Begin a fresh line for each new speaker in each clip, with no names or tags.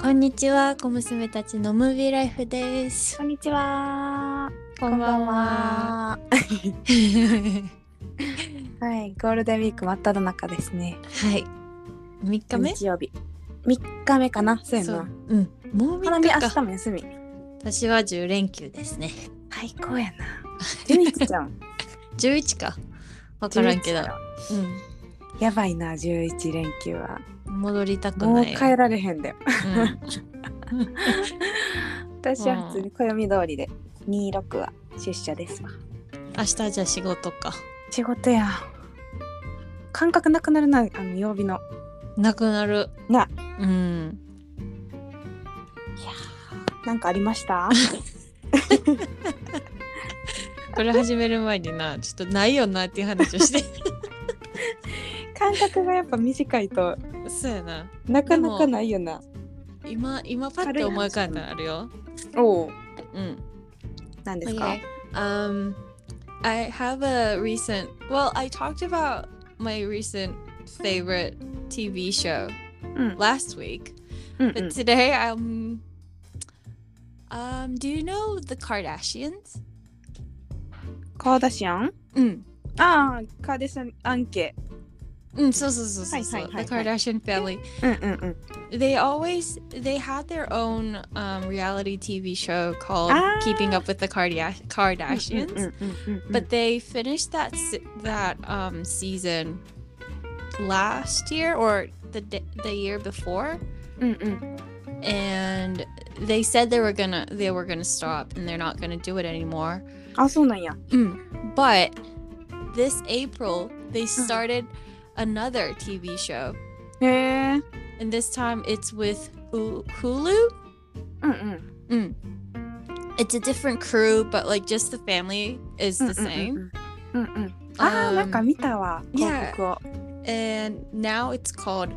こんにちは、小娘たちのムービーライフです。
こんにちは。
こ
こ
ん
ん
ば
ば
ん
ん
は
は。はい、ゴールデンウィーク真っ只中ですね。
はい。三日目。
日曜日。三日目かな、そうやな。
うん。もう
花
三
見
日
明
か。
日も休み。
私は十連休ですね。
最 高やな。十一じゃん。
十一か。わからんけど
11。からやばいな、十一連休は。
うん。戻りたく
もう
ないよ。
帰られへんで。私
うん
は普通に暦通りで。二六は出社ですわ。
うん明日じゃあ仕事か。
仕事や。感覚なくなるな、あの曜日の。
なくなる。
な。
うん。
なんかありま した。
これ始める前にな、ちょっとないよなっていう話をして。
感覚がやっぱ短いと。
そうやな。
なかなかないよな。
今、今パッて思い浮かんだのあるよ。
おお。
うん。
なんですか。
Okay. Um, I have a recent. Well, I talked about my recent favorite TV show
うん。
last week,
うん、
but today um, um, do you know the Kardashians?
カーダシアン。
うん。
ああ、カーデシアンアンケ。
うん、そうそうそうそうそう。
はい
The
はいはいはい
Kardashian family.
うんうんうん。
They always they had their own um, reality TV show called
Ah.
Keeping Up with the Kardia- Kardashians.
うんうんうん。
but they finished that se- that um season last year or the d- the year before
うんうん。
and they said they were gonna they were gonna stop and they're not gonna do it anymore
あ、そうなんや。
but this april they started another tv show
へえ。
and this time it's with Hu- hulu
うんうん。
mm. it's a different crew but like just the family is the same
うんうんうん。うんうん。ああ、
Um,
なんか見たわ。
yeah.
広告を。
and now it's called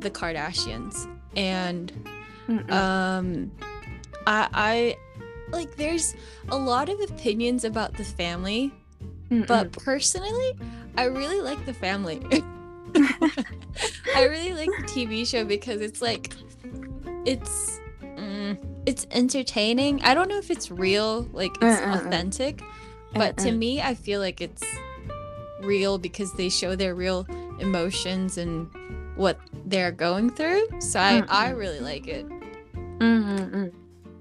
the kardashians and
うんうん。
um i i like there's a lot of opinions about the family
うんうん
but personally i really like the family i really like the tv show because it's like it's mm, it's entertaining i don't know if it's real like it's
Mm, mm, mm.
authentic but to me i feel like it's real because they show their real emotions and what they're going through so i,
Mm,
I
mm.
really like it
うんうんうん。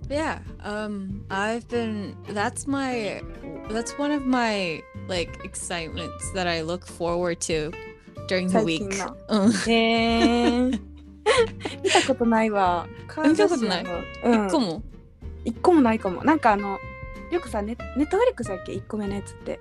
yeah um i've been that's my that's one of my like excitements that i look forward to during the
最
week
近の。
うん
へ え。見たことないわ。カー
見た
ダ
こと
シ
な
ア
い
ンの。うん
一個。も
一個もないかも。なんかあの。よくさ、ネ、ネットフリックスだっけ、一個目のやつって。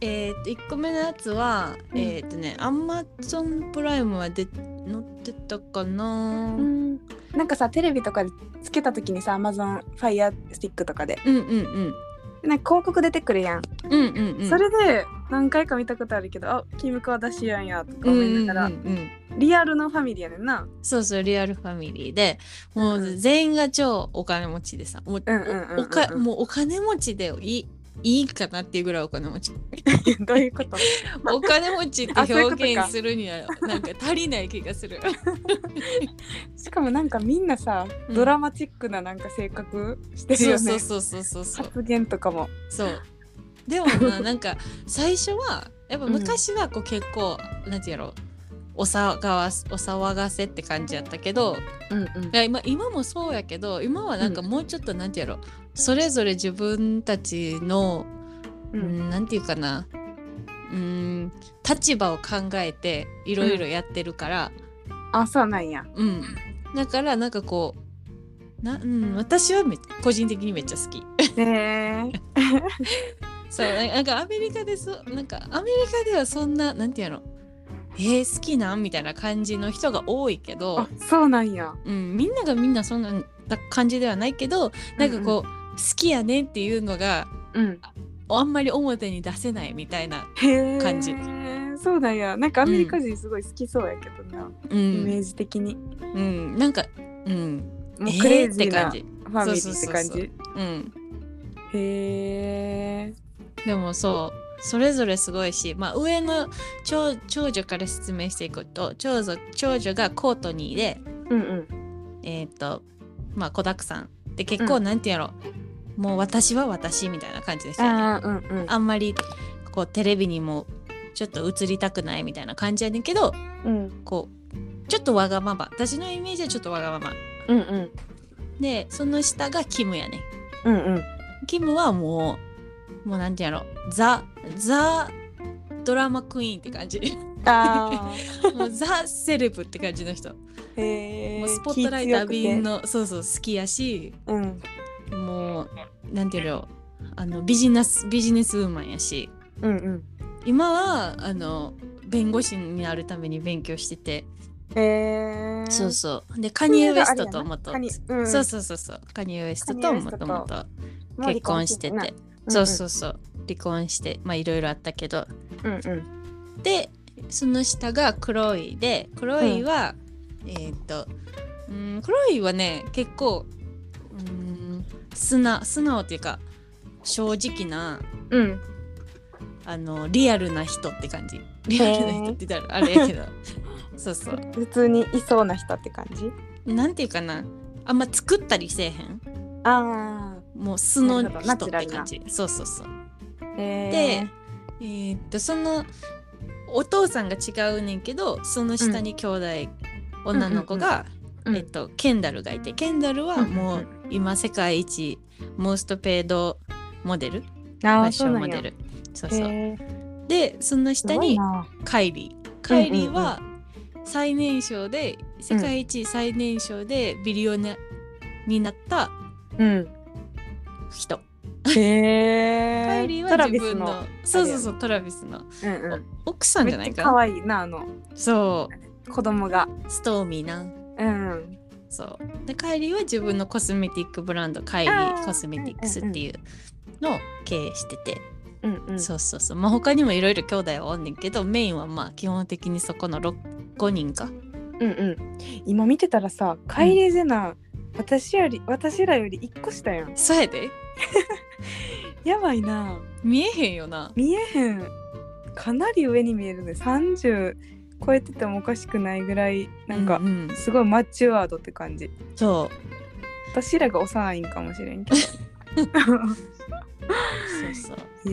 えー、と1個目のやつは、
うん
えっ、とねアマゾンプライムはで載ってたかな、う、
うんんなんかさテレビとかでつけた時にさ Amazon ファイヤースティックとかで
うんうん
なんか広告出てくるやん、
うんうんうんうん
それで何回か見たことあるけどあキム・カーダシアンやとか思いながら、
うんうんうんうん
リアルのファミリーやね んな
そうそうリアルファミリーでも
うんう
うん全員が超お金持ちでさもう,、
うんうんうんうん
おかもうお金持ちでいいいいかなっていうぐらいお金持ち
どういうこと
お金持ちっ
あ
て
そういうことか
表現するにはなんか足りない気がする
しかもなんかみんなさ、
うん
ドラマチックななんか性格してるよ
そ
ね
うそうそうそうそうそう
発言とかも
そうでもななんか最初はやっぱ昔はこう結構、なんていうやろお騒がせお騒がせって感じやったけど
うんうん
いや今今もそうやけど今はなんかもうちょっとなんていうやろそれぞれ自分たちの、
う
うんん、なんていうかなうん立場を考えていろいろやってるから、
あそうなんや
うん、だからなんかこうな、うん、私はめ個人的にめっちゃ好き
へえ
そうななんかアメリカでそなんかアメリカではそんななんていうのえー、好きなんみたいな感じの人が多いけど
あ、そうなんや
うん、みんながみんなそんな感じではないけどなんかこう、好きやねっていうのが
うん
あんまり表に出せないみたいな、
へえ
感じ
そうなんやなんかアメリカ人すごい好きそうやけどな、
う
イメ
ん
ージ的に
うん、なんか、うん、
も
え
うクレイジ
っ
ー
て感
なフ
じ、
ァミリーって感
そうそう
じ。
うん、
へえ。
でもそうそれぞれすごいし、まあ、上の長長女から説明していくと長女長女がコートニーで、
うんうん。
えー、とまあ、子だくさんで結構、
うん
なんていうのもう私は私みたいな感じでしたよね
ああうんうん
あんまりこうテレビにもちょっと映りたくないみたいな感じやねんけど
うん
こうちょっとわがまま私のイメージはちょっとわがまま
うんうん
でその下がキムやね
うんうん
キムはもうもうなんていうのザザドラマクイーンって感じ
あ
もうザセレブって感じの人も
あ へ
うスポットライト浴びん
の
のそうそう好きやし
うん
もうなんていうのあのビジネスビジネスウーマンやし
うんうん
今はあの弁護士になるために勉強してて
へえ
そうそうでカニエ・ウエストと元
カニうんうん
そうそうそうそうカニエ・ウエスト
カ
と
ニエウエス
もと
トと
もと
もう
結
離
婚してて
な
そうそうそう離婚してまあいろいろあったけど
うんうんうん
でその下がクロイでクロイは、えーっとうんクロイはね結構うん素直素直っていうか正直な
うん
あのリアルな人って感じリアルな人って言ったらあれやけど そうそう
普通にいそうな人って感じ
なんていうかなあんま作ったりせえへん
あ
もう素の
なるほど
人
ナ
っ
チュラ
て
ルな
感じそうそうそう
あへ
でえーっとそのお父さんが違うねんけどその下に兄弟、女の子が、
うんうんうん
えっと、ケンダルがいてケンダルはも
うん
う今世界一モーストペイドモデルフ
あ
ァ
あ
ッシ
そう
ョン
な
モ
んや
デルそうそう、
へー
でその
す
下
ごい
に
な
カイリーカイリーは最年少で世界一最年少でビリオネになった
うん
人、
へ え
カイリーは自分のそうそうそうトラビスの
うんうん
奥さんじゃないかな
可愛いなあの
そ
子供が
うストーミーな
うん
そうでカイリーは自分のコスメティックブランドカイリ
あ
ー
ー
コスメティックスっていうのを経営してて、
うんうん
そうそうそうまあ他にもいろいろ兄弟はおんねんけどメインはまあ基本的にそこの5人か
うんうん今見てたらさカイリー・ジェナー、私より私らより一個下やん
そうやで
やばいな
見えへんよな
見えへんかなり上に見えるね30超えててもおかしくないぐらいなんか
ううん
すごいマッチュワードって感じ
そう
私らが幼いんかもしれんけ ど
そうそう
へ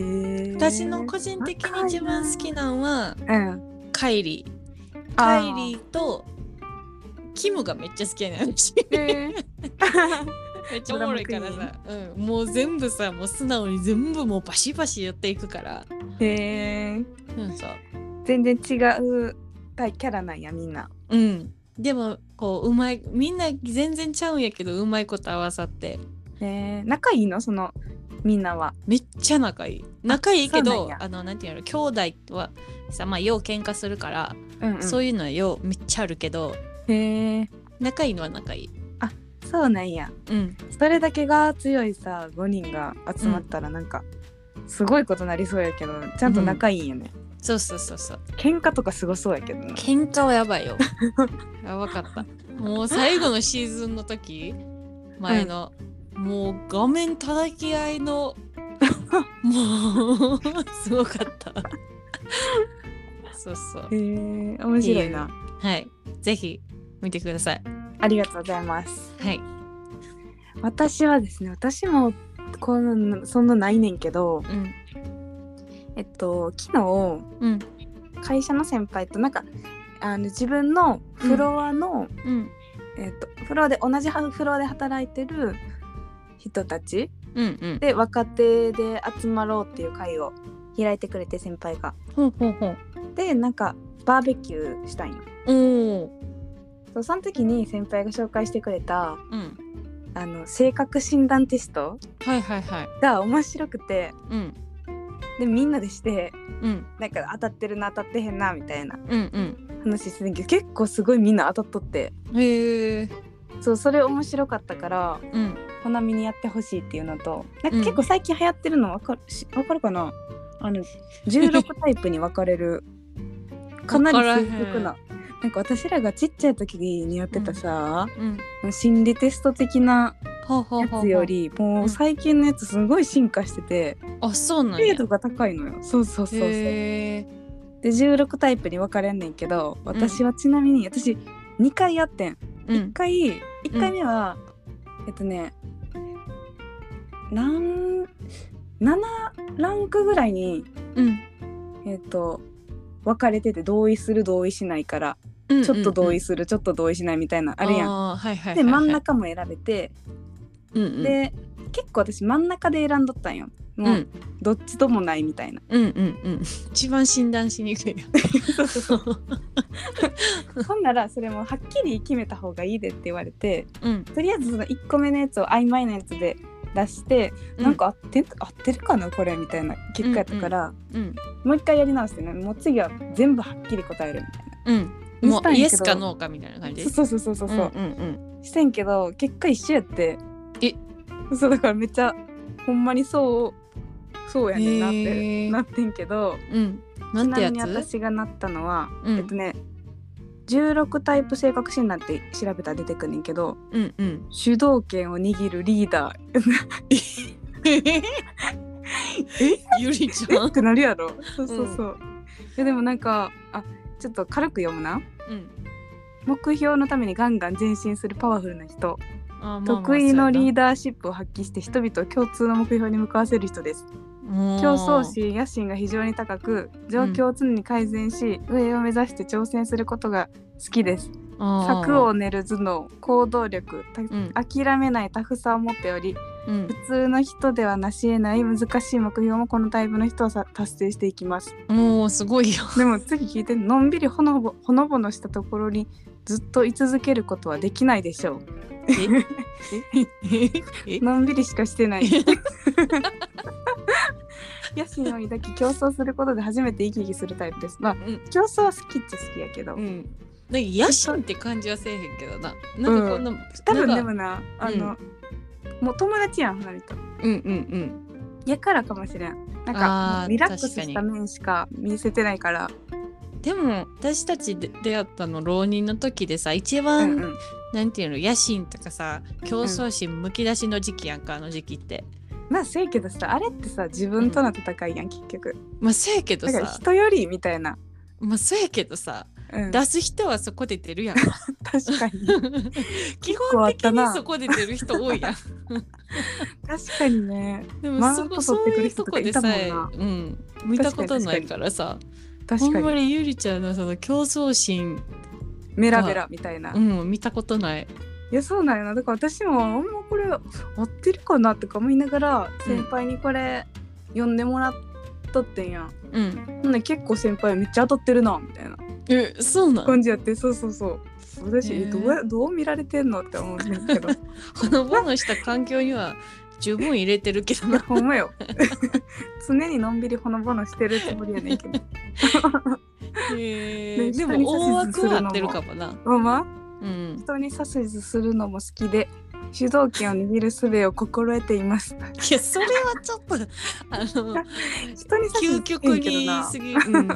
ー
私の個人的に自分好きなんは
うん
カイリーカ
あ
イ
ー
リーとキムがめっちゃ好きやねん 私
へー
めっちゃおもろいから
ドラ
さ、うん、もう全部さもう素直に全部もうバシバシやっていくから
へー
うんそう
全然違うタイキャラなんやみんな
うんでもこううまいみんな全然ちゃうんやけどうまいこと合わさって
へえ仲いいのそのみんなは
めっちゃ仲いい仲いいけ
そうな
ど
んや
あのなんていうの兄弟はさまあよう喧嘩するから、
うんうん
そういうのはようめっちゃあるけど
へえ
仲いいのは仲いい
そうなんや
うん
それだけが強いさ5人が集まったらなんか、すごいことなりそうやけどちゃんと仲いいんよね、
そうそうそうそう
喧嘩とかすごそうやけどな
喧嘩はやばい よやばかったもう最後のシーズンの時前の、もう画面叩き合い のもうすごかったそうそう
へえ面白いな
はいぜひ見てください
ありがとうございます
はい
私はですね私もこのそんなないねんけど
うん
えっと昨日
うん
会社の先輩となんかあの自分のフロアの、
うん
えっとフロアで同じフロアで働いてる人たち
うんうん
で若手で集まろうっていう会を開いてくれて先輩が
ほうほうほう
でなんかバーベキューしたんよ
おー
そうその時に先輩が紹介してくれた
うん
あの性格診断テスト
はいはいはい
が面白くて
うん
でみんなでして
うん
なんか当たってるな当たってへんなみたいな
うん
話してんけど結構すごいみんな当たっとって
うんへえ
そうそれ面白かったから
うん
ほなみにやってほしいっていうのとなん
う
か
ん
結構最近流行ってるのわかるしわかるかな あの16タイプに分かれるかなり深刻
わ
な。なんか私らがちっちゃい時にやってたさ、
うん
心理テスト的な
ほうほう
や
ほうほ
つ
う
よりもう最近のやつすごい進化してて
あそうなんや
精度が高いのよそうそうそうそうで
へえ
16タイプに分かれんねんけど私はちなみに私2回やってん
うん
1回1回目はえっとねなん7ランクぐらいに
うん、
えっと分かれてて同意する同意しないから
うん
ちょっと同意
す
するちょっと同意しないみたいなあるやん。
あーはいはいはいはい、
で真ん中も選べて
うんうん、
で結構私真ん中で選んどったんよ。
う
もうんどっちともないみたいな。
うんうんうん一番診断しにくい
そうそうそうほんならそれもはっきり決めた方がいいでって言われて
うん
とりあえずその1個目のやつを曖昧なやつで出して、なんか合ってん合ってるかなこれみたいな結果やったから、
うん
もう一回やり直してねもう次は全部はっきり答えるみたいな。
うんも
した
うんイ
や
エ
け
ス
ど
かノーかみたいな感じ
そうそうそうそうそう、
うんうん
してんけど結果一緒やって
え
そうだからめっちゃほんまにそうそうやねんなって、
へー
なってんけど
うんうんなんてや
ちなみに
つ
私がなったのは、
うん
えっとね16タイプ性格診断って調べたら出てくんねんけど
うんうん
主導権を握るリーダ ー
えゆりちゃ
え
ん
ってなるやろそうそうそう、いやでもなんかあちょっと軽く読むな
うん
目標のためにガンガン前進するパワフルな人
あーまあまあ
得意のリー
ダ
ダーシップを発揮して人々を共通の目標に向かわせる人です
ー
競争心野心が非常に高く状況を常に改善し、上を目指して挑戦することが好きです策を練る頭脳行動力た
うん
諦めないタフさを持っており
うん
普通の人では成し得ない難しい目標もこのタイプの人はさ達成してい きます
もうすご いよ
でも次聞いてのんびりほのぼほのぼのしたところにずっと居続けることはできないでしょう
え え
のんびりしかしてない 野心を抱き競争することで初めて生き生きするタイプですまあ
うん
競争は好きっちゃ好きやけど、
うんなんか野心って感じはせえへんけどななんかこんな
多分
なん
で
か
もなあの、もう友達やん花火と
うんうんうん
やからかもしれんなん
あ
か
ー
リラックス
確
し
か
た
に
面しか見せてないから
でも私たちで出会ったの浪人の時でさ一
う
番、
んうん
なんていうの野心とかさ競争心むき出しの時期やんか、あの時期って
まあせやけどさあれってさ自分との戦いやん結局
まあそうやけど
だから
さ
人よりみたいな、
まあそうやけどさ
うん、
出す人はそこで出る やん
確か に
基
構
本
あっ
的
たな
にそこで出る人多いやん
確かにね
でも
マ
そ
ウン
こ
ト
そう
取ってく
い
る
うと
人と
こ
か
で
い
さ
たもんな
え、うん、見たことないからさほ
確
ん
か
ま
に
にゆりちゃんのその競争心
メラメラみたいな、
う
い
ん見たことない
やそうなんやなだから私もあんまこれ合ってるかなとか思いながら
うん
先輩にこれ呼んでもらっとってんやん、
うん
ほんで結構先輩めっちゃ当たってるなみたいな
えそうなの
感じやってそうそうそう私、
へー
どうやどう見られてんのって思うんですけどい
ほのぼのした環境には十分入れてるけど
や
な
ほんまよ常にのんびりほのぼのしてるつもりやねんけど
へ
ね
ーで
人に
も
指図
大枠
するの
は
も
合ってるかもな。
まあまあ
うん。
人に指図するのも好きで主導権を握る術を心得ています
いやそれはちょっとあの
人に
究
指図す
極
るけ
に
どな
すぎ、うん、なんか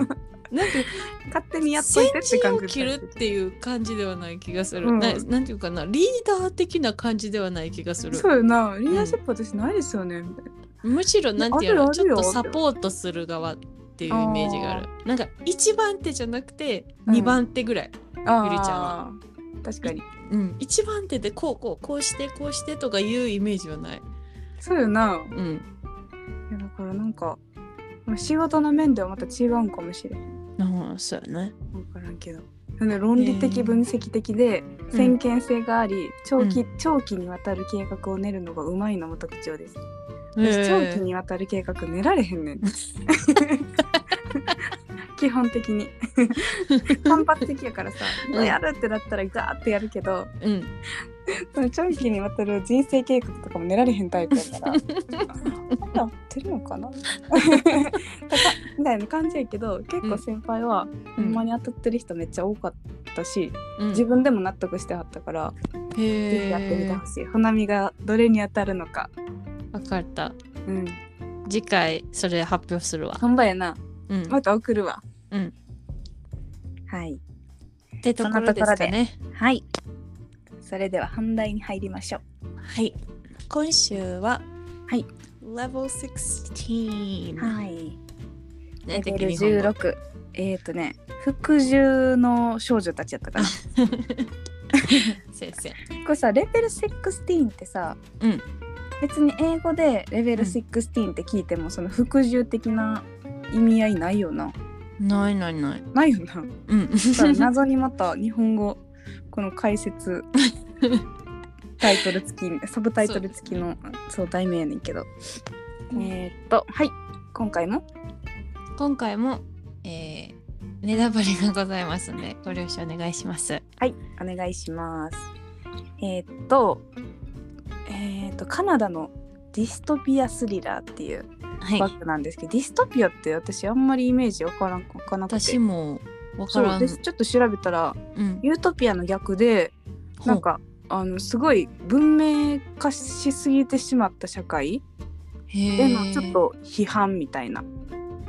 勝手 にやっとい
先
てって
陣
感
を
じ
切るっていう感じではない気がする。
うん
ななんていうかなリーダー的な感じではない気がする。
そうよなリーダーシップ私ないですよね、みたいな
むしろなんていう
あ
の
る
ち
よ
ょっとサポートする側っていうイメージがある。なんか一番手じゃなくて
うん
二番手ぐらい。ゆりちゃんは
あー確かに
うん。一番手でこうこうこうしてこうしてとかいうイメージはない。
そうよな
うん。
いやだからなんかまあ仕事の面ではまた違うんかもしれん
ああそうやね。
分からんけどなんで論理
へ
的
ー
分析的で先見性があり、長期長期にわたる計画を練るのがうまいのも特徴です、私長期にわたる計画練られへんねん 基本的に 単発的やからさ
ん
もうやるってなったらガーってやるけど
うん。
その長期にわたる人生計画とかも練られへんタイプやからまだ合ってるのかな とかみたいな感じやけど結構先輩は、ほんまに当たってる人めっちゃ多かったし、
うん
自分でも納得してはったから、ぜひやってみて
へ
ほしい花見がどれに当たるのか
分かった
うん
次回それ発表するわ、
ほんまやな
うん、
また送るわ
うん
はい
ってところですかね
はいそれでは本題に入りましょう
はい今週は
はい
Level 16
はいレ
何
ベ
て
ル
日 本語
16えっ、ー、とね服従の少女たちやったかな
先生
これさレベル16ってさ、
うん
別に英語でレベル
うん
16って聞いても、その服従的な意味合いないよな
ないないない
ないよな
うん
だから謎にまた日本語この 解説タイトル付きサブタイトル付きのそう題名やねんけど、えーっとはい今回も
今回も、えー、ネタバレがございますのでご了承お願いします
はいお願いしますえーっとえーっとカナダのディストピアスリラーっていう
はい
バッグなんですけど、ディストピアって私あんまりイメージわからんわかなくて
私もわか
そ
ら
うんですちょっと調べたら
うん
ユートピアの逆でなんかあのすごい文明化しすぎてしまった社会
へ
へ
え
のちょっと批判みたいな。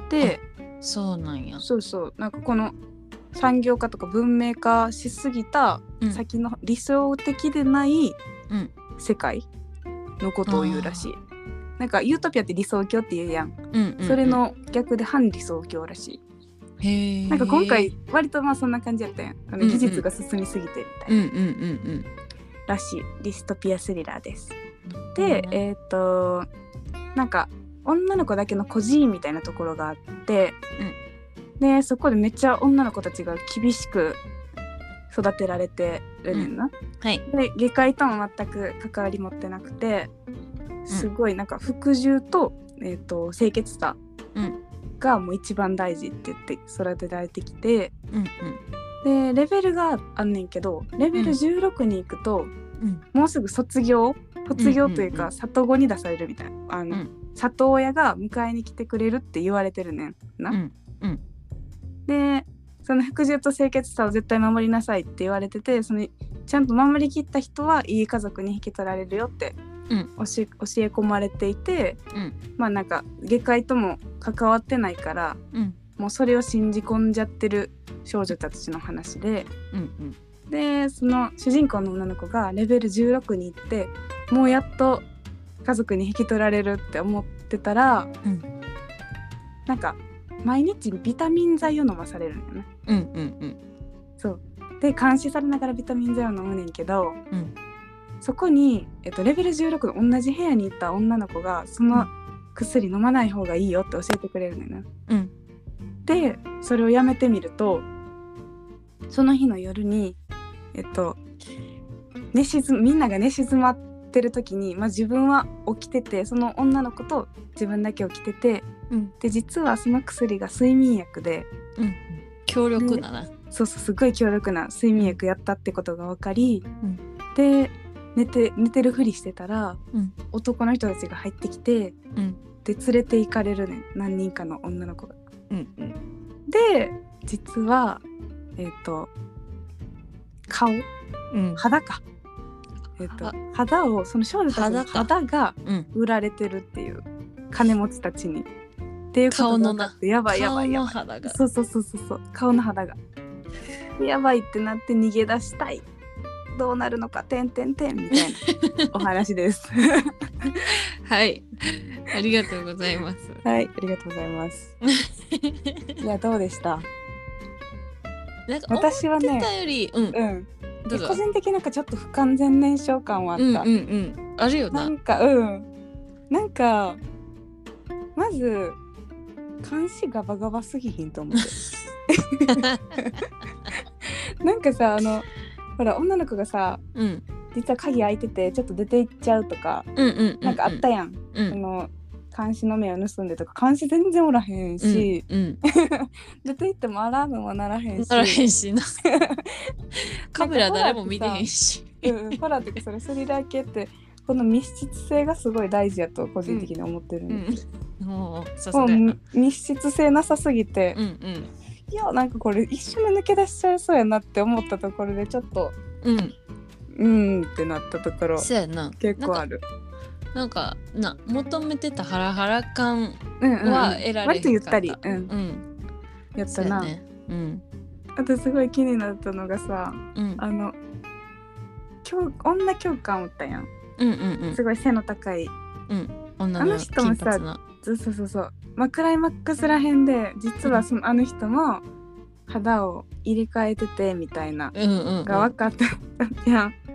で
そうなんや
そうそうなんかこの産業化とか文明化しすぎた
うん
先の理想的でない
うん
世界のことを言うらしい。なんかユートピアって理想郷って言うやん、
うんうんうん
それの逆で反理想郷らしい。
へえ
なんか今回割とまあそんな感じやったやんあ
うんう
の
ん
技術が進みすぎてみたい
うん
な
うんうん
らしいディストピアスリラーです。
うん
で、
うん
えっ、となんか女の子だけの孤児院みたいなところがあって、でそこでめっちゃ女の子たちが厳しく育てられてるねんな。
はい
で下界とも全く関わり持ってなくてすごいなんか服従と,、えー、と清潔さ
うん
がもう一番大事って言って育てられてきて。
うん
でレベルがあんねんけどレベル
うん
16に行くと、
うん
もうすぐ卒業卒業という
うんうん
か、
うん
里子に出されるみたいなあの、
うん
里親が迎えに来てくれるって言われてるねんな。
うんうん
でその服従と清潔さを絶対守りなさいって言われててそのちゃんと守りきった人はいい家族に引き取られるよって、
うん
おし教え込まれていて、
うん
まあなんか下界とも関わってないから
うん
もうそれを信じ込んじゃってる少女たちの話で。
うん
でその主人公の女の子がレベル16に行ってもうやっと家族に引き取られるって思ってたら、
うん
なんか毎日ビタミン剤を飲まされるんよね。
うんうんうん
そうで監視されながらビタミン剤を飲むねんけど、
うん
そこに、えっと、レベル16の同じ部屋に行った女の子がそうの
ん
薬飲まない方がいいよって教えてくれるのよね。
うん
でそれをやめてみるとその日の夜にえっと寝静みんなが寝静まってる時に、まあ、自分は起きててその女の子と自分だけ起きてて
うん
で実はその薬が睡眠薬で
うん強力だな
そうそうすごい強力な睡眠薬やったってことが分かり、
うん
で寝て寝てるふりしてたら、
うん
男の人たちが入ってきて
うん
で連れて行かれるねん何人かの女の子が。
うんうん
で実はえっ、と顔
うん
肌か、えっと
肌
肌をその少女たちの肌
肌
が
うん
売られてるっていう金持ちたちにっていうこと
顔
が
の
分
な
かってやばいやばいや
顔の
ば
肌
い
が
そうそうそうそうそう顔の肌がでやばいってなって逃げ出したいどうなるのかてんてんてんみたいなお話です
はいありがとうございます
はいありがとうございますいやどうでした
なんか思っ
私は
て
ね
たよりうん
うん
どうぞ
個人的になんかちょっと不完全燃焼感はあった、
うんうんうんあるよ
な
なん
かうんなんかまず監視ガバガバすぎひんと思 うなんかさあのほら女の子がさ
うん
実は鍵開いててちょっと出て行っちゃうとか
うんうんうん
なんかあったやん、
う
あ
ん
の監視の目を盗んでとか監視全然おらへんし、
うん
出て行ってもアラームもならへんし
ならへんし なカメラ誰も見てへんし
うん、ホラーとかそれスリラー系ってこの密室性がすごい大事やと個人的に思ってるんです、
うんもうさすが
もう
やな
み密室性なさすぎて、
うんうん
いやなんかこれ一瞬で抜け出しちゃいそうやなって思ったところでちょっと
うん、
うーんってなったところ
そうやな
結構ある。
なんかな求めてたハラハラ感
うんうんうん
は得られへんかった
割とゆったり、うん、
うん
やった
そうや
な、
ねうん
あとすごい気になったのがさ
うん
あの教女教官おったやん
うんうん
すごい背の高い
うん女
あ
の
の人も
金
さ
髪な
そうそうそうそう、まあ、クライマックスらへんで実はそのあの人も肌を入れ替えててみたいな
うんうんうん
が分かったやん。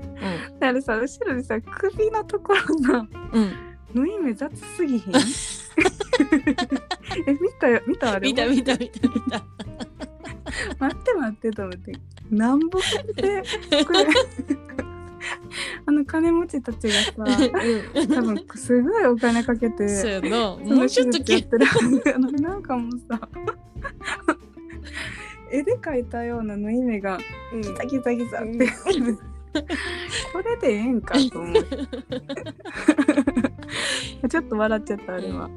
だからさ後ろにさ首のところの
うんうん
縫い目雑すぎひん え見たよ見たあれ
見た見た見た見 た
待って待ってと思ってなんぼでこれ あの金持ちたちがさ多
うん
分すごいお金か けて
そうやな
その
もうちょっと
手術やっ
け
てるはずやのに なんかもうさ絵で描いたような縫い目がギザギザギザって
うん
これでええんかと思う ちょっと笑っちゃったあれは、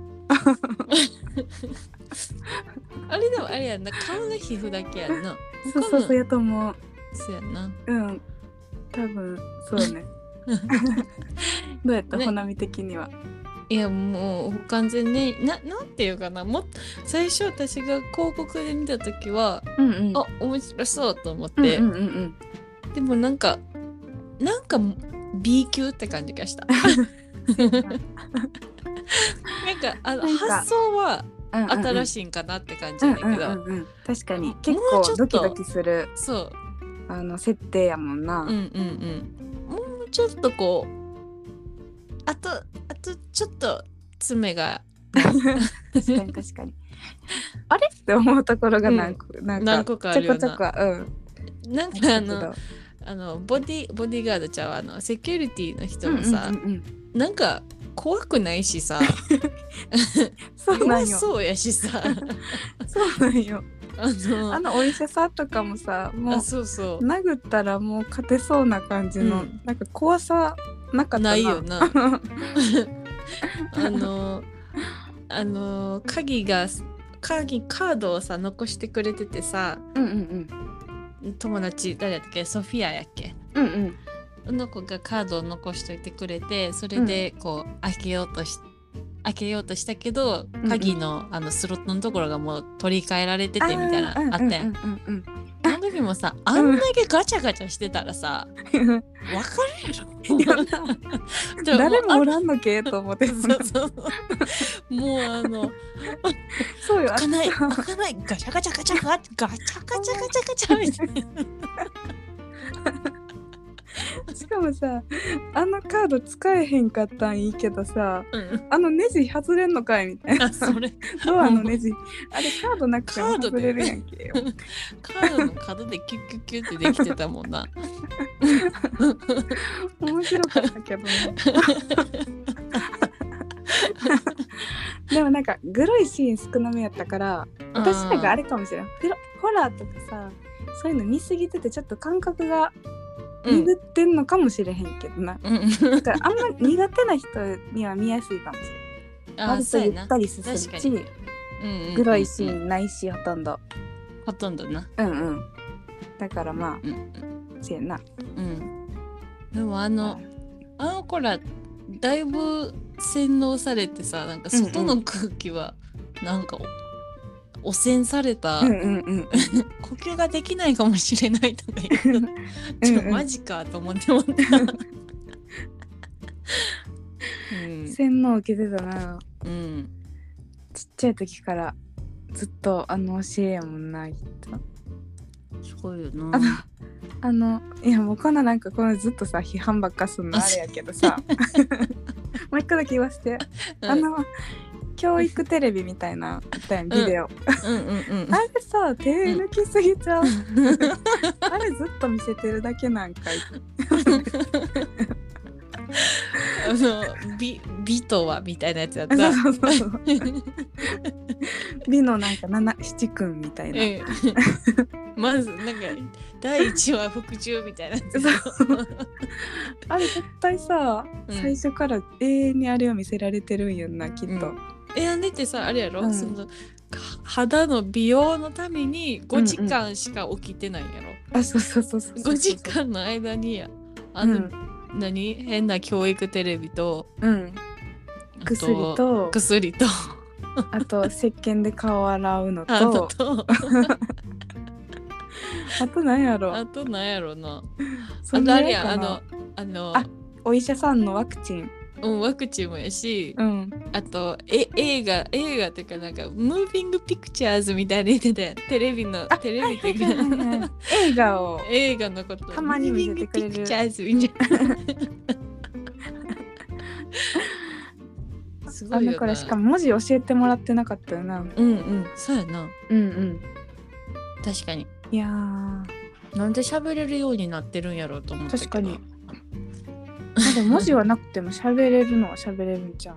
あれでもあれやんな顔が皮膚だけやんな
そうそうそう
う
やと思う
そうやんな
うん多分そう ねどうやった、
ね
ほなみ的にはい
やもう完全にななんていうかなもっと最初私が広告で見た時は
うんうん
あ面白そうと思っ
うん
て、
うんうんうん
でもなんかなんか B 級って感じがしたなんかあの
なんか
発想は新
い
しいんかなって感じ
うん
だ
う
け
ん
ど、
うんうん確かに
もうち
結
ょっと
構ドキドキする
そう
あの設定やもんな、
うんうんうんもうちょっとこうあとあとちょっと爪が
確かに確かにあれって思うところが何個、なんか
何個かあるよな
ちょこちょこうん
なんかあのあのボディボディーガードちゃうあのセキュリティの人もさ、
うんうんうんうん
なんか怖くないしさ
そう なんよ
弱 そうやし さ
そうなんよ
あの
あのお医者さんとかもさも
あ
う
そうそう
殴ったらもう勝てそうな感じの、
うん
なんか怖さなかったな
ないよな
うん
あのあの鍵が鍵カードをさ残してくれててさ
うんうん
友達誰やったっけソフィアやっけ
うんうん
あの子がカードを残しといてくれてそれでこう開けようとし開けようとしたけど
うん
鍵の,、あのスロットのところがもう取り替えられててみたいなあったやん。
うんうん
あの時もさあんだけガチャガチャしてたらさ
うんうん
わかるや
いや
ろでも
誰もお
あ
らんのけと思って
そうそうそうもうあの
そうよ
開
あ
か
の
ない
さ
開かないガチャガチャガチャガチャガチャガチャガチャガチャみたいな
しかもさあのカード使えへんかったんいいけどさ
うん
あのネジ外れんのかいみたいな
あそれ
ドアのネジあれカードなくても
カード
外
で
れるやんけ
カードの角でキュッキュッキュッってできてたもんな
面白かったけ どねでもなんかグロいシーン少なめやったから私なんかあれかもしれないホラホラーとかさそういうの見すぎててちょっと感覚が
うん
鈍ってんのかもしれへんけどな、
うん
だからあんま苦手な人には見やすいかもしれない
あ
割と
そう
ゆ
やな
ったり進む
確かに
し
うんうんうん
グロいシーンないしほとんど
ほとんどな
うんうんだからま
うん
あせやな
うんでもあのあの子らだいぶ洗脳されてさなんか外の空気はなんかお汚染された、
うんうんうん
呼吸ができないかもしれないとか言うと
う ん
ちょっとマジかと思ってもった。うん
洗脳受けてたな
うん、
ちっちゃい時からずっとあの教えやもんなきっと
すごいよ
あの
な。
あのいやもうこんななんかこのずっとさ批判ばっかすんのあれやけ どさもう一個だけ言わせて、あの教育テレビみたいなみたいなビデオ、
うんうんうん
あれさ手抜きすぎちゃう、
うん。
あれずっと見せてるだけなんかい
あの美美とはみたいなやつやった。
そうそうそう美のなんか七七君みたいな、
うん まずなんか第一話復讐みたいなやつやった。
あれ絶対さ、
うん
最初から永遠にあれを見せられてるんやんなきっ
う
と、
んえんでってさあれやろ、
うん
そのか肌の美容のために5時間しか起きてないんやろ、
あそうそうそうそうそう
5時間の間にあ
う
の、
ん
何変な教育テレビと
うん、
あ
薬と
薬と
あと石鹸で顔を洗うのと
あの
あ
と
と何やろ
あとなんやろな
そ
あ
ん
と
な
あれ
や
や
か
あ
な
のあの
あお医者さんのワクチン
うん、ワクチンもやし、
うん
あとえ映画映画とかなんかムービングピクチャーズみたいに言ってたやんテレビのテレビっていうか、
映画を
映画のこと
たまに見せてくれる
ムービングピクチャーズみたい なす
あ
ごいよ
の
な
頃しかも文字教えてもらってなかったよな
うんうんそうやな
うんうん
確かに
いやー
なんで喋れるようになってるんやろうと思ったけど
確かにまあでも文字はなくても喋れるのは喋れるんじゃん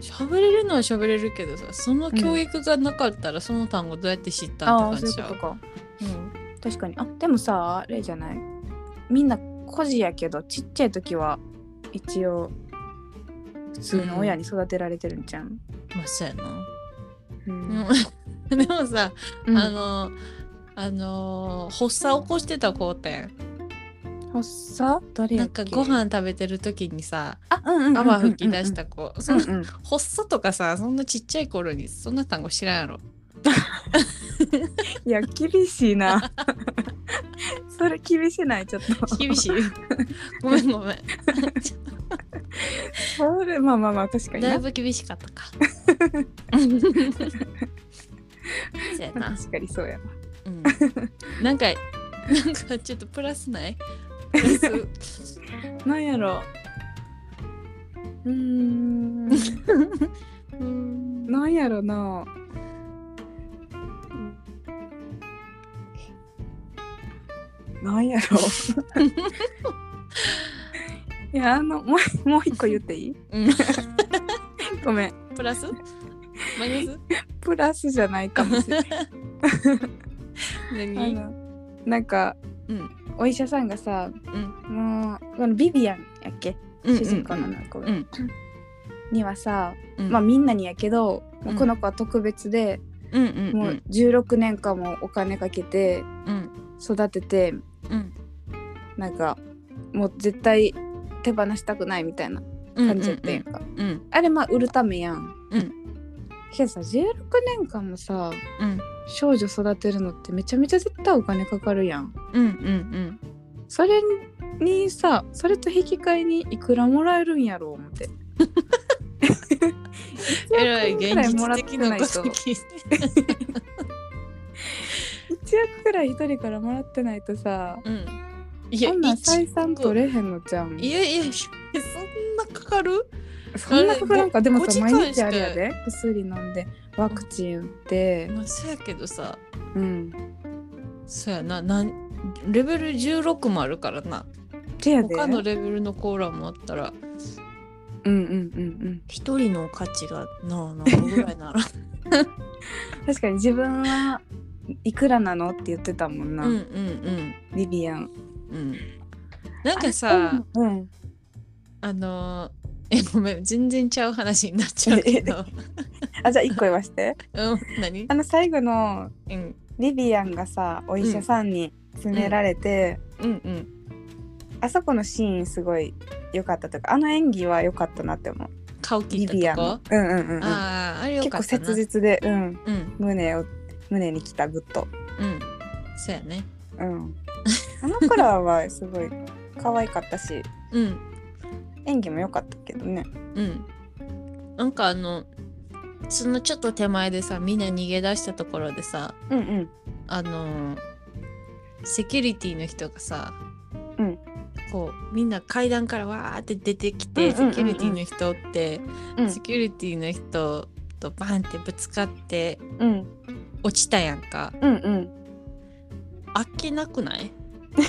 喋れるのは喋れるけどさその教育がなかったらその単語どうやって知った
あ
ん
あ
って感じ
そういう
ちゃ
こと
う
か
うん
確かにあでもさあれじゃないみんな孤児やけどちっちゃい時は一応普通の親に育てられてるんじゃん、
まあそうやな
うん
でも でもさ、
うん
あのあのー発作起こしてた子てん
発作誰や
な
っ
ん
け
かご飯食べてる時にさ
あうんうんうんうんうん
泡吹き出した子、そ
うんん
な
うん
発作とかさそんなちっちゃい頃にそんな単語知らんやろ
いや厳しいな それ厳しないちょっと
厳しい ごめんごめ ん
それまあまあまあ確かに
だい
な
ぶ厳しかった かそうやな
確かにそうやな
うんなんか、なんかちょっとプラスないプラ ス
なんやろううーん
うん
なんやろななんやろ いやあのもうもう一個言っていい
うん
ごめん
プラスマイナス
プラスじゃないかもしれないあ
何
のなんか
うん
お医者さんがさ
うん
もうこのビビアンやっけ
うん
主人公の子が、
うん
にはさ、
うん
まあみんなにやけど、もう
うん
この子は特別で、
うんうん
もう16年間もお金かけて
うん
育てて
うん
なんかもう絶対手放したくないみたいな
うん
感じやったやんか、
うん
あれまあ売るためやん。
うん
けどさ16年間もさ
うん
少女育てるのってめちゃめちゃ絶対お金かかるやん。
うんうん
それにさそれと引き換えにいくらもらえるんやろう思って。
うんえらい
1
現
億円ぐらいもら
実
って
的な
ない
ことと聞いて
1億くらい1人からもらってないとさ
うんいや
こんなん
一
採算取れへんのじゃん
いやいやいやそんなかかる
そんなかかるんかでも
ご時
さ
間
毎日あれやで薬飲んでワクチン打って
まあそうやけどさ
うん
そうやななんレベル16もあるからな
せやで
他のレベルのコーラもあったら
うんうんうん
一人の価値がなあ何ぐらいなら
うん確かに自分はいくらなのって言ってたもん
う
な、
んうん
リビアン
うんうんなんかさ
うん
あのーえごめん全然ちゃう話になっちゃうけど
あじゃあ1個言わして
うん何
あの最後の
うん
リビアンがさお医者さんに詰められて、
うんうん
あそこのシーンすごい良かったというかあの演技は良かったなって思う
顔切
リ
った
ビアン
とこ
のうんうんうんうん
あああれよ
結
か
構
ったな
切実でうん
うん
胸を胸にきたグッと
うんそうやね
うん、あの子らはすごい可愛かったし
うん
演技も良かったけどね
うんなんかあのそのちょっと手前でさみんな逃げ出したところでさ
うんうん
あのーセキュリティの人がさ、
うん
こうみんな階段からわーって出てきて、
うんうんうんうん
セキュリティの人って、
うん
セキュリティの人とバンってぶつかって
うん
落ちたやんか
うんうん
あっけなくない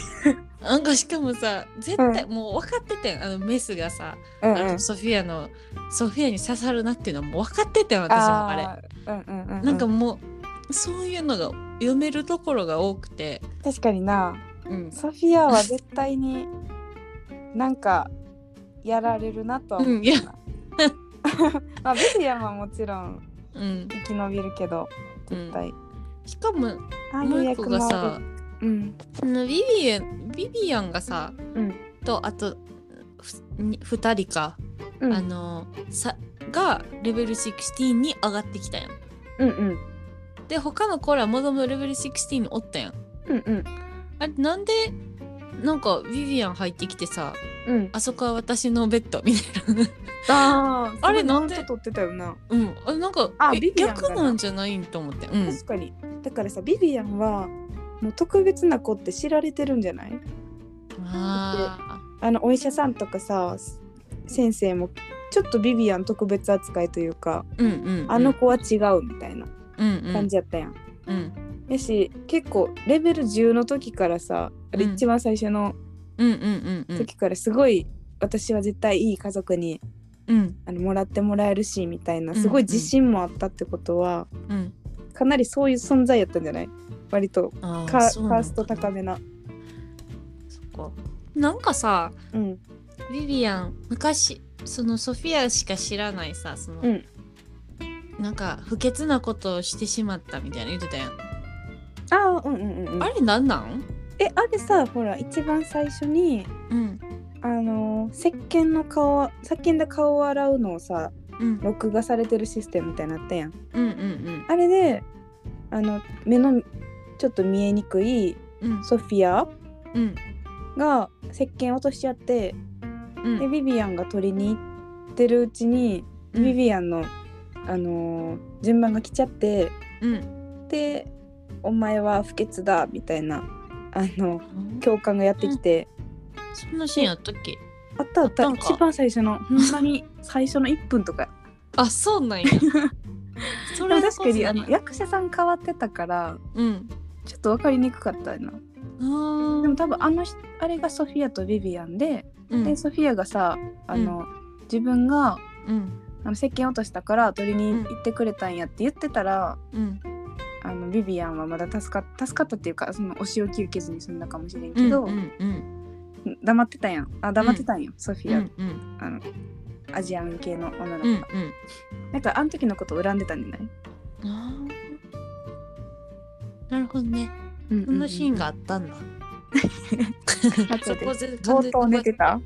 なんかしかもさ絶対、もう分かっててんあのメスがさ、
うん
あ
うん
のソフィアのソフィアに刺さるなっていうのはもう分かっててん私もあれ
ーうんうんうんう
なんかもうそういうのが読めるところが多くて、
確かにな
うん、
ソフィアは絶対になんかやられるなとは思ったな、まあ、ビビアンはもちろん
うん、
生き延びるけど
うん
絶対、
しかも
ああい
も
う
う一
役
個が
もあ
さ
るうん
あのビビアンビビアンがさ、
うん
とあとふに2人か、
うん
あのさがレベル16に上がってきたやん。
うんうん
で他の子らもともとレベル16におったやん。
うんうん
あれなんでなんかビビアン入ってきてさ
うん
あそこは私のベッドみたいな
あ
あれなんで
ちょっと撮ってたよな
うんあなんか
あ
え
ビビアン
逆なんじゃないんと思ってうん
確かにだからさビビアンはもう特別な子って知られてるんじゃない
あ
あのお医者さんとかさ先生もちょっとビビアン特別扱いというか
ーうんうんうん
あの子は違うみたいな
うんうん
感じやったやん、
うん
やし結構レベル10の時からさあれ
うん
一番最初の
うんうんうん
時からすごい、私は絶対いい家族に
うん
あのもらってもらえるしみたいな
うん
すごい自信もあったってことは、
うん
かなりそういう存在やったんじゃない割と
あ
カ
そ
フ
う
ァ
なんだ
ースト高めな。
そっかなんかさ
うん
ビビアン昔そのソフィアしか知らないさその、
うん
なんか不潔なことをしてしまったみたいな言ってたやん、
あーうんうんうんうん
あれなんなん
えあれさほら一番最初に
うん
あのー石鹸の顔石鹸で顔を洗うのをさ
うん
録画されてるシステムみたいになったやん。
うんうん
あれであの目のちょっと見えにくい
うんうん
ソフィア
うん
が石鹸落としちゃって
うん
でビビアンが取りに行ってるうちに、
うん
ビビアンの、あのー順番が来ちゃって
うん
で「お前は不潔だ」みたいなあの教官がやってきて、
そんなシーンあったっけ
あったあっ
あ
た
ったんか
一番最初のほん まに最初の1分とか
あそう なんやそれ
でも
の
確
こ
か
と
に
じ
あ
ゃ
の
ない
役者さん変わってたから
うん
ちょっと分かりにくかったな
あー
でも多分あの人あれがソフィアとビビアンで、
うん
でソフィアがさあの、自分が
うん
あの石鹸落としたから取りに行ってくれたんやって言ってたら、
うん
あのビビアンはまだ助かっ助かったっていうかそのお仕置き受けずに済んだかもしれん
う
け
ん
ど、
うんうん
黙ってたんやんあ黙ってたんよ、ソフ
うんう
ィア、
んうん
あのアジアン系の女の
う
子
ん
が、なんかあの時のことを恨んでたんじゃない、
あーなるほどね
うんうん
そんなシーンがあったんだ。そこ全完
冒
全
頭寝てた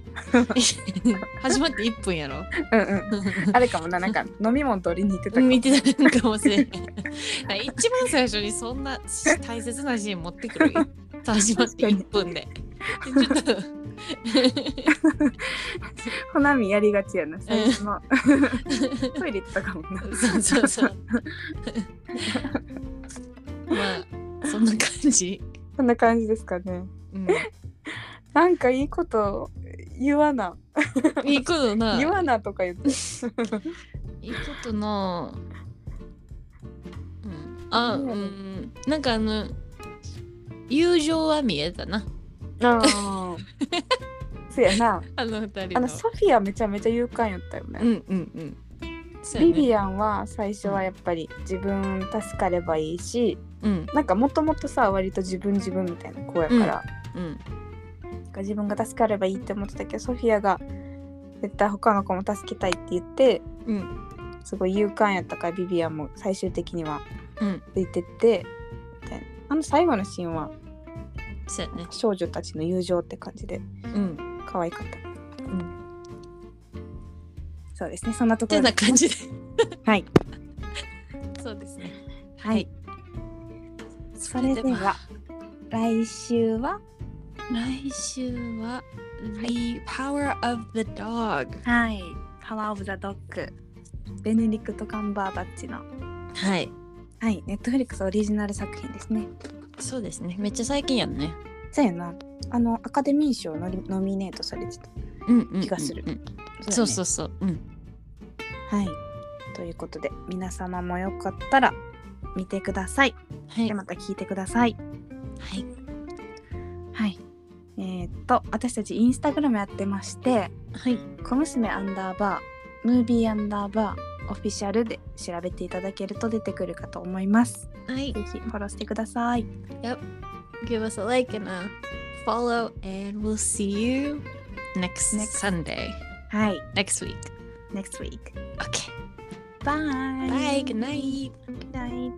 始まって1分やろ。
うんうんあれかもななんか飲み物取りに行ってたかも
見てたかもしれ ん。一番最初にそんな大切なシーン持ってくる。始まって1分で。ちょっと。
ほなみやりがちやな最初のトイレ行ってたかもな
そうそうそう。まあ、そんな感じ。
こんな感じですかね
うん、
なんかいいこと言わない
いことな。
言わなとか言 って
いいことなぁうんあう
ねえ
んなんかあの友情は見えたな
ああそうやな
あの二人の
あのソフィアめちゃめちゃ勇敢やったよね、
うんうんうんそう
ビ
やね
ビアンは最初はやっぱり自分助かればいいし
うん
なんかもともとさ割と自分自分みたいな子やから、
うん
なんか自分が助かればいいって思ってたけどソフィアが絶対他の子も助けたいって言って
うん
すごい勇敢やったからビビアンも最終的には
うん
ついてってみたいなあの最後のシーンは
そうやね
少女たちの友情って感じで
うん
可愛かった
うん
そうですねそんなとこ
て
ろ
な感じで
はい
そうですね
はいそれでは来週は
来週は The Power of the Dog
はいパワーオブザドッグベネディクト・カンバーバッチの
はい
はいネットフリックスオリジナル作品ですね
そうですねめっちゃ最近やんね
そうやなあのアカデミー賞のりノミネートされてた
うんうんうんうん
気がする
そう
やね
そうそううん
はいということで皆様もよかったら見てください
はい
でまた聞いてください
はい
はいえーっと私たちインスタグラムやってまして
はい
小娘アンダーバームービーアンダーバーオフィシャルで調べていただけると出てくるかと思います
はい
ぜひフォローしてください
give us a like and a follow and we'll see you next,
Next-
sunday
はい
next week
next week
okay
bye
bye good night
good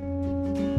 night